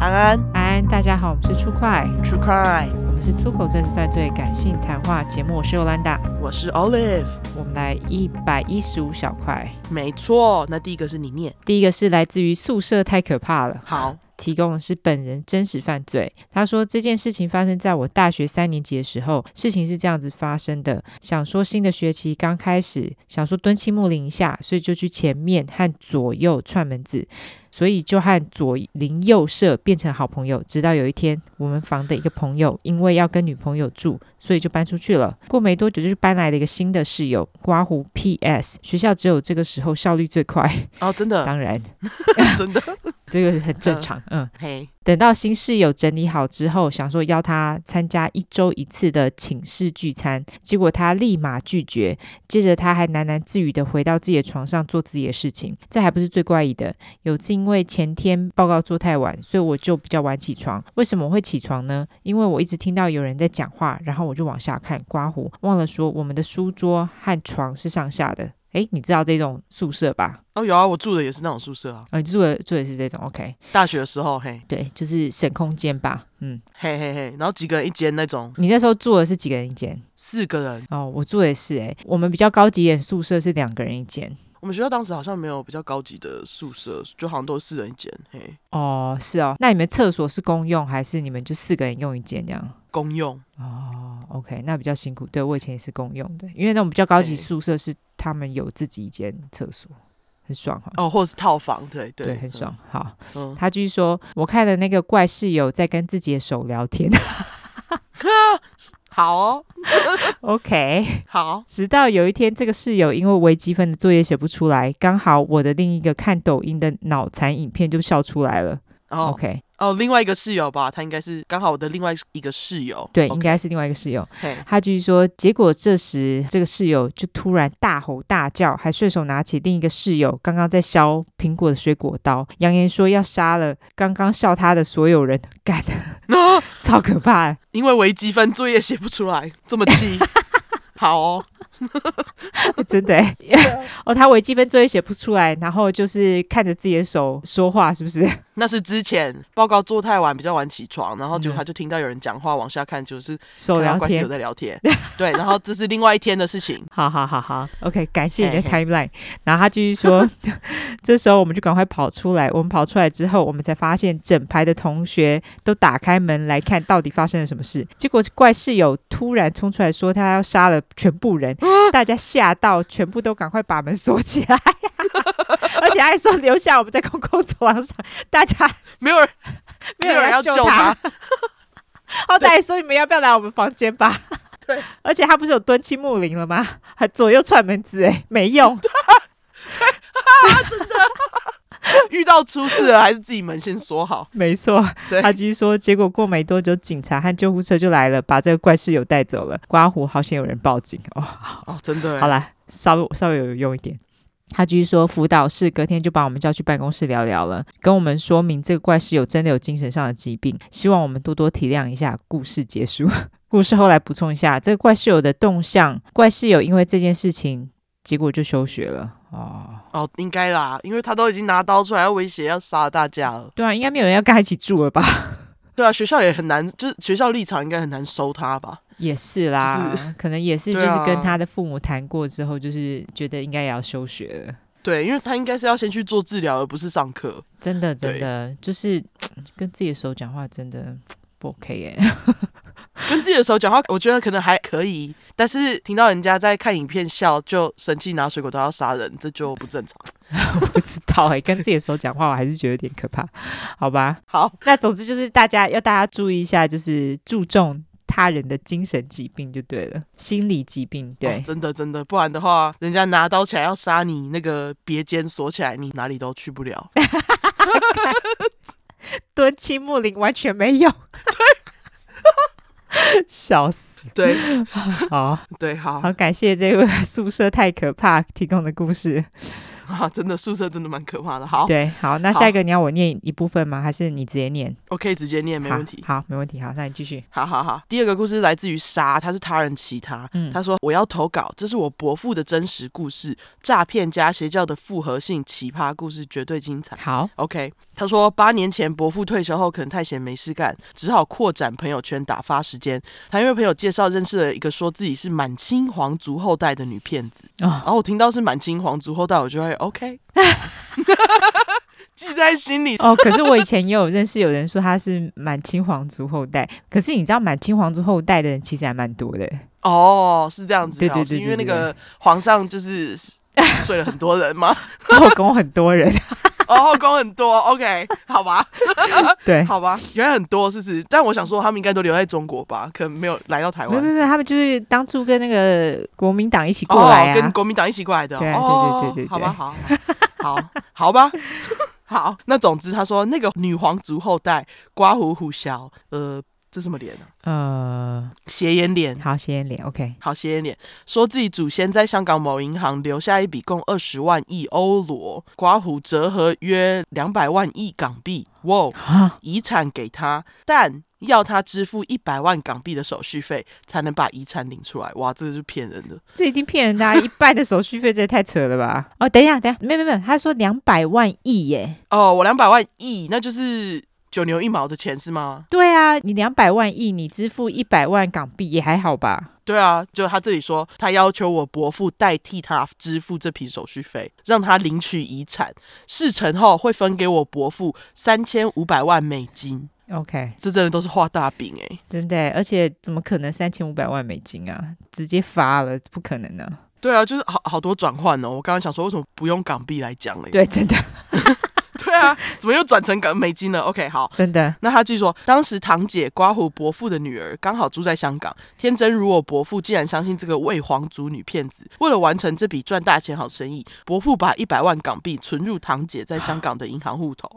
安安安，大家好，我们是出快， ，True Crime，我们是出口真实犯罪感性谈话节目，我是欧兰达，我是 Olive，我们来一百一十五小块。没错。那第一个是你念，第一个是来自于宿舍太可怕了，好，提供的是本人真实犯罪。他说这件事情发生在我大学三年级的时候，事情是这样子发生的。想说新的学期刚开始，想说蹲青木林一下，所以就去前面和左右串门子。所以就和左邻右舍变成好朋友，直到有一天，我们房的一个朋友因为要跟女朋友住，所以就搬出去了。过没多久，就是搬来了一个新的室友。刮胡 P.S. 学校只有这个时候效率最快，哦，真的，当然 真的， 这个很正常。嗯，嘿，等到新室友整理好之后，想说邀他参加一周一次的寝室聚餐，结果他立马拒绝。接着他还喃喃自语的回到自己的床上做自己的事情。这还不是最怪异的，有次因为前天报告做太晚，所以我就比较晚起床。为什么会起床呢？因为我一直听到有人在讲话，然后我就往下看，刮胡，忘了说我们的书桌和床是上下的。诶，你知道这种宿舍吧？哦，有啊，我住的也是那种宿舍啊，呃、你住的住的是这种，OK？大学的时候，嘿，对，就是省空间吧，嗯。嘿嘿嘿，然后几个人一间那种，你那时候住的是几个人一间？四个人。哦，我住的也是诶、我们比较高级一点宿舍是两个人一间。我们学校当时好像没有比较高级的宿舍，就好像都是四人一间，嘿，哦，是哦，那你们厕所是公用还是你们就四个人用一间这样？公用。哦，OK，那比较辛苦。对我以前也是公用的，因为那种比较高级对宿舍是他们有自己一间厕所，很爽哈、哦，或者是套房，对对对，很爽。好，嗯，他继续说，我看了那个怪室友在跟自己的手聊天。 好哦， OK，好，直到有一天，这个室友因为微积分的作业写不出来，刚好我的另一个看抖音的脑残影片就笑出来了。哦 OK，哦，另外一个室友吧，他应该是刚好我的另外一个室友，对 OK，应该是另外一个室友。 嘿，他继续说，结果这时这个室友就突然大吼大叫，还顺手拿起另一个室友刚刚在削苹果的水果刀，扬言说要杀了刚刚笑他的所有人。干，那、 超可怕的！因为微积分作业写不出来，这么气。 好哦，真的 欸、啊 哦，他微积分作业写不出来，然后就是看着自己的手说话，是不 是？那是之前报告做太晚，比较晚起床，然后结果嗯他就听到有人讲话，往下看就是手看聊到怪室天友。在聊天，对，然后这是另外一天的事 情，好好好好，OK，感谢你的嘿 timeline。然后他继续 说，这时候我们就赶快跑出来。我们跑出来之后，我们才发现整排的同学都打开门来看到底发生了什么事。结果怪室友突然冲出来说他要杀了全部人，大家吓到，全部都赶快把门锁起来。 而且还说留下我们在公共走廊上，大家没有人没有人人要要救救他。好歹哦说你们要不要来我们房间吧？对， 而且他不是有蹲青木林了吗？还左右串门子，哎，没用。遇到出事了还是自己门先锁好， 没错，对他继续说，结果过没多久，警察和救护车就来了，把这个怪室友带走了。刮胡好险有人报警哦，哦，真的耶，好啦，稍微稍微有用一点。他继续说，辅导室隔天就把我们叫去办公室聊聊了，跟我们说明这个怪室友真的有精神上的疾病，希望我们多多体谅一下。故事结束。 故事后来补充一下，这个怪室友的动向，怪室友因为这件事情，结果就休学了。哦，哦，应该啦，因为他都已经拿刀出来要威胁要杀大家了，对啊，应该没有人要跟他一起住了吧？对啊，学校也很难，就是学校立场应该很难收他吧，也是啦，可能也是就对是啊跟他的父母谈过之后，就是觉得应该也要休学了。对，因为他应该是要先去做治疗，而不是上课，真的，对真的，就是跟自己的手讲话，真的不 OK 耶、 跟自己的手讲话，我觉得可能还可以，但是听到人家在看影片笑就生气拿水果刀要杀人，这就不正常。不知道哎、跟自己的手讲话，我还是觉得有点可怕，好吧？好，那总之就是大家要大家注意一下，就是注重他人的精神疾病就对了，心理疾病对。哦真的真的，不然的话，人家拿刀起来要杀你，那个别间锁起来，你哪里都去不 了。蹲青木林完全没用，对， 笑死！对好对，好好感谢这位宿舍太可怕提供的故事。啊，真的宿舍真的蛮可怕的。好，对，好，那好下一个你要我念一部分吗？还是你直接念？我可以直接念，没好问题。好，没问题。好，那你继续。好好好，第二个故事来自于沙，他是他人其他。嗯他说：“我要投稿，这是我伯父的真实故事，诈骗加邪教的复合性奇葩故事，绝对精彩。”好， OK，他说八年前伯父退休后，可能太闲没事干，只好扩展朋友圈打发时间。他因为朋友介绍认识了一个说自己是满清皇族后代的女骗子，哦，然后我听到是满清皇族后代，我就会 OK，记在心里。哦，可是我以前也有认识有人说他是满清皇族后代，可是你知道满清皇族后代的人其实还蛮多的。 哦，是这样子哦，对对对是因为那对对个皇上就是 睡了很多人嘛，后宫很多 人，哦，后宫很多，OK，好吧，对，好吧，原来很多是不是？但我想说，他们应该都留在中国吧，可能没有来到台没有湾没。有没有，他们就是当初跟那个国民党一起过来哦、跟啊。国民党一起过来的哦、对啊哦，对对对对对好吧，好，好，好好吧。 好，那总之他说那个女皇族后代刮胡虎啸，呃，这什么脸啊？呃，斜眼脸，好，谢谢脸，OK，好斜眼脸，说自己祖先在香港某银行留下一笔共二十万亿欧罗，刮胡折合约两百万亿港币，哇，啊，遗产给他，但要他支付一百万港币的手续费才能把遗产领出来，哇，这个是骗人的。这已经骗人的、啊，一半的手续费，这也太扯 了吧？哦，等一下，等一下，没有没有没有，他说两百万亿耶，哦，我两百万亿，那就是九牛一毛的钱是吗？对啊，你两百万亿，你支付一百万港币也还好吧？对啊，就他这里说，他要求我伯父代替他支付这笔手续费，让他领取遗产，事成后会分给我伯父三千五百万美金。 OK，这真的都是画大饼欸诶、真的耶，而且怎么可能三千五百万美金啊？直接发了，不可能啊！对啊，就是好好多转换哦。我刚刚想说，为什么不用港币来讲嘞？对，真的，对啊，怎么又转成港美金了？OK，好，真的，那他继续说，当时堂姐刮胡伯父的女儿刚好住在香港，天真如我伯父竟然相信这个未皇族女骗子。为了完成这笔赚大钱好生意，伯父把一百万港币存入堂姐在香港的银行户头。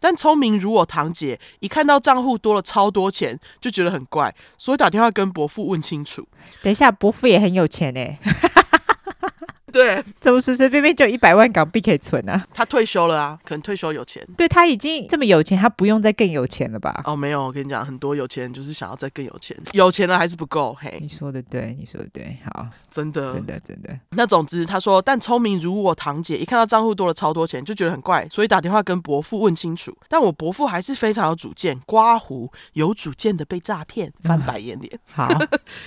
但聪明如我堂姐一看到账户多了超多钱，就觉得很怪，所以打电话跟伯父问清楚。等一下，伯父也很有钱哎，对 怎么随随便便就一百万港币可以存啊？他退休了啊，可能退休有钱。对他已经这么有钱，他不用再更有钱了吧？哦，没有，我跟你讲，很多有钱人就是想要再更有钱，有钱了还是不够，嘿，你说的对，你说的对，好，真的，真的真的，那总之，他说，但聪明如我堂姐，一看到账户多了超多钱，就觉得很怪，所以打电话跟伯父问清楚。但我伯父还是非常有主见，刮胡有主见的被诈骗，翻白眼脸， 好，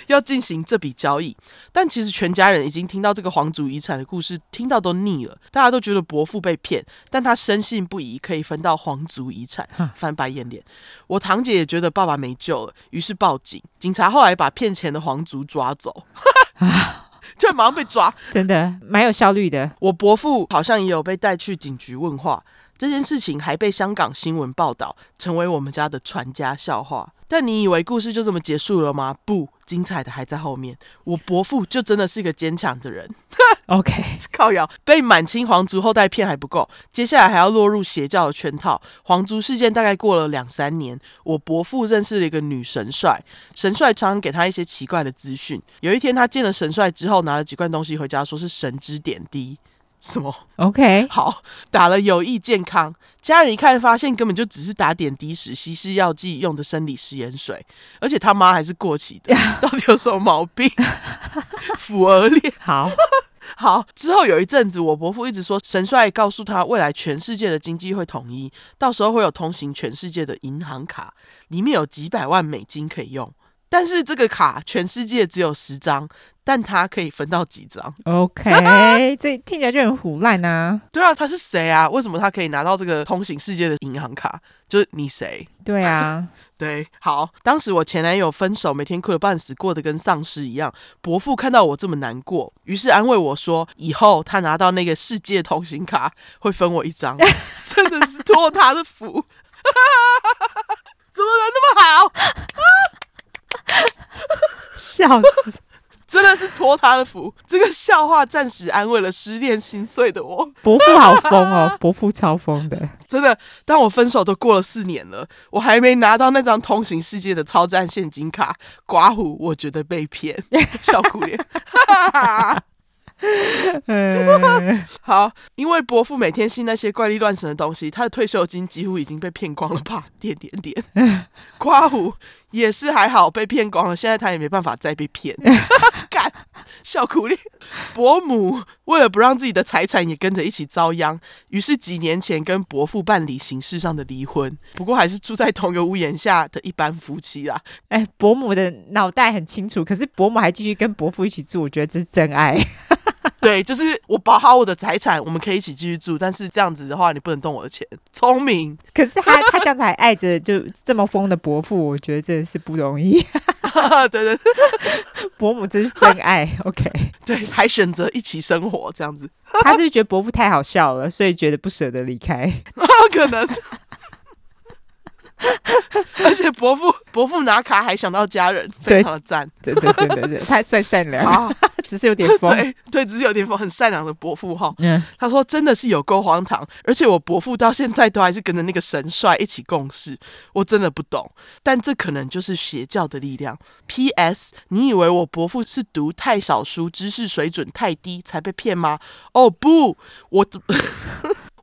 要进行这笔交易。但其实全家人已经听到这个皇族遗产的故事，听到都腻了，大家都觉得伯父被骗，但他深信不疑可以分到皇族遗产哈，翻白眼脸。我堂姐也觉得爸爸没救了，于是报警，警察后来把骗钱的皇族抓走。 就马上被抓，真的蛮有效率的。我伯父好像也有被带去警局问话，这件事情还被香港新闻报道，成为我们家的传家笑话。但你以为故事就这么结束了吗？不，精彩的还在后面。我伯父就真的是个坚强的人， OK，靠谣被满清皇族后代骗还不够，接下来还要落入邪教的圈套。皇族事件大概过了两三年，我伯父认识了一个女神帅，神帅常常给他一些奇怪的资讯。有一天，他见了神帅之后，拿了几罐东西回家，说是神之点滴。什么？ OK， 好，打了有益健康。家人一看，发现根本就只是打点滴时稀释药剂用的生理食盐水，而且他妈还是过期的，到底有什么毛病？ 腐而裂。好，好，之后有一阵子，我伯父一直说，神帅告诉他，未来全世界的经济会统一，到时候会有通行全世界的银行卡，里面有几百万美金可以用。但是这个卡全世界只有十张，但他可以分到几张？ OK，这听起来就很胡乱啊。对啊，他是谁啊？为什么他可以拿到这个通行世界的银行卡？就是你谁？对啊，对，好，当时我前男友分手，每天哭得半死，过得跟丧尸一样。伯父看到我这么难过，于是安慰我说，以后他拿到那个世界通行卡，会分我一张。真的是托他的福，怎么人那么好？ 笑死，真的是托他的福。这个笑话暂时安慰了失恋心碎的我。伯父好疯哦， 伯父超疯的。真的，当我分手都过了四年了，我还没拿到那张通行世界的超赞现金卡， 刮胡，我觉得被骗，笑哭脸。嗯好，因为伯父每天信那些怪力乱神的东西，他的退休金几乎已经被骗光了吧？点点点，夸虎也是还好被骗光了，现在他也没办法再被骗。干，笑苦脸。伯母为了不让自己的财产也跟着一起遭殃，于是几年前跟伯父办理刑事上的离婚，不过还是住在同一个屋檐下的一般夫妻啦。哎，伯母的脑袋很清楚，可是伯母还继续跟伯父一起住，我觉得这是真爱。 对，就是我保好我的财产，我们可以一起继续住，但是这样子的话，你不能动我的钱。聪明。 可是 他他这样子还爱着就这么疯的伯父，我觉得真的是不容易。 对对伯母真是真爱 ，OK。对，还选择一起生活这样子， 他是不是觉得伯父太好笑了，所以觉得不舍得离开。 可能。 而且伯父伯父拿卡还想到家人，非对常的赞对对对对对，他算善 良，啊！只是有点疯。对对，只是有点很善良的伯父哈。 嗯，他说真的是有够荒唐，而且我伯父到现在都还是跟着那个神帅一起共事，我真的不懂。但这可能就是邪教的力量。P.S. 你以为我伯父是读太少书，知识水准太低才被骗吗？哦不，我。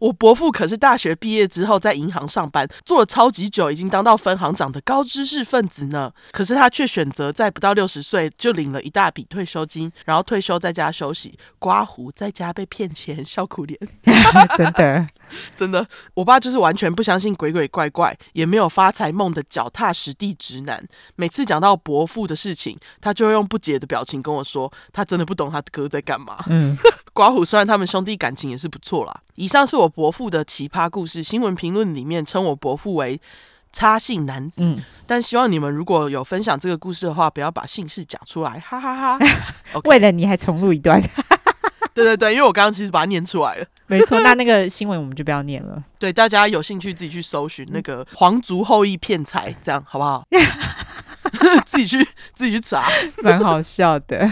我伯父可是大学毕业之后在银行上班，做了超级久，已经当到分行长的高知识分子呢。可是他却选择在不到六十岁就领了一大笔退休金，然后退休在家休息，刮胡在家被骗钱，笑苦脸。真的，真的，我爸就是完全不相信鬼鬼怪怪，也没有发财梦的脚踏实地直男。每次讲到伯父的事情，他就会用不解的表情跟我说，他真的不懂他哥在干嘛。 嗯，刮胡虽然他们兄弟感情也是不错啦。以上是我伯父的奇葩故事，新闻评论里面称我伯父为差性男 子，嗯但希望你们如果有分享这个故事的话，不要把姓氏讲出来，哈哈哈 OK 为了你还重录一段，对对对，因为我刚刚其实把它念出来了。没错。那那个新闻我们就不要念了。对，大家有兴趣自己去搜寻那个皇族后裔骗财，这样好不好？ 自己去自己去查，蛮好笑的，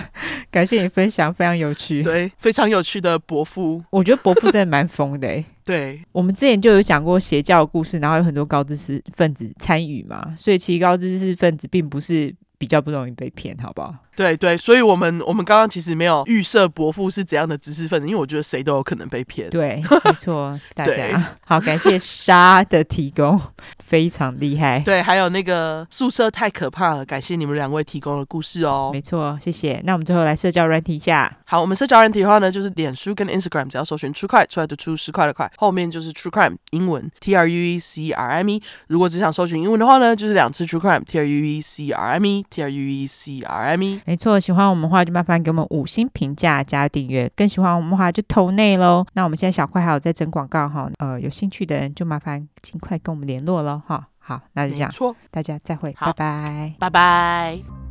感谢你分享，非常有趣。对，非常有趣的伯父，我觉得伯父真的蛮疯的、欸， 对我们之前就有讲过邪教的故事，然后有很多高知识分子参与嘛，所以其实高知识分子并不是比较不容易被骗，好不好？对对，所以我们我们刚刚其实没有预设伯父是怎样的知识分子，因为我觉得谁都有可能被骗。对，没错，大家 好，感谢莎的提供， 非常厉害。对，还有那个宿舍太可怕了，感谢你们两位提供的故事哦。没错，谢谢。那我们最后来社交软体一下，好，我们社交人体的话呢，就是脸书跟 Instagram，只要搜寻 True Crime 出来的出十块的块，后面就是 True Crime 英文 T R U E C R I M E。如果只想搜寻英文的话呢，就是两次 True Crime T R U E C R I M E T R U E C R I M E。没错，喜欢我们的话就麻烦给我们五星评价加订阅，更喜欢我们的话就投内喽。那我们现在小块还有在整广告哈，呃，有兴趣的人就麻烦尽快跟我们联络喽哈。好，那就这没样，错，大家再会，好拜拜。拜拜。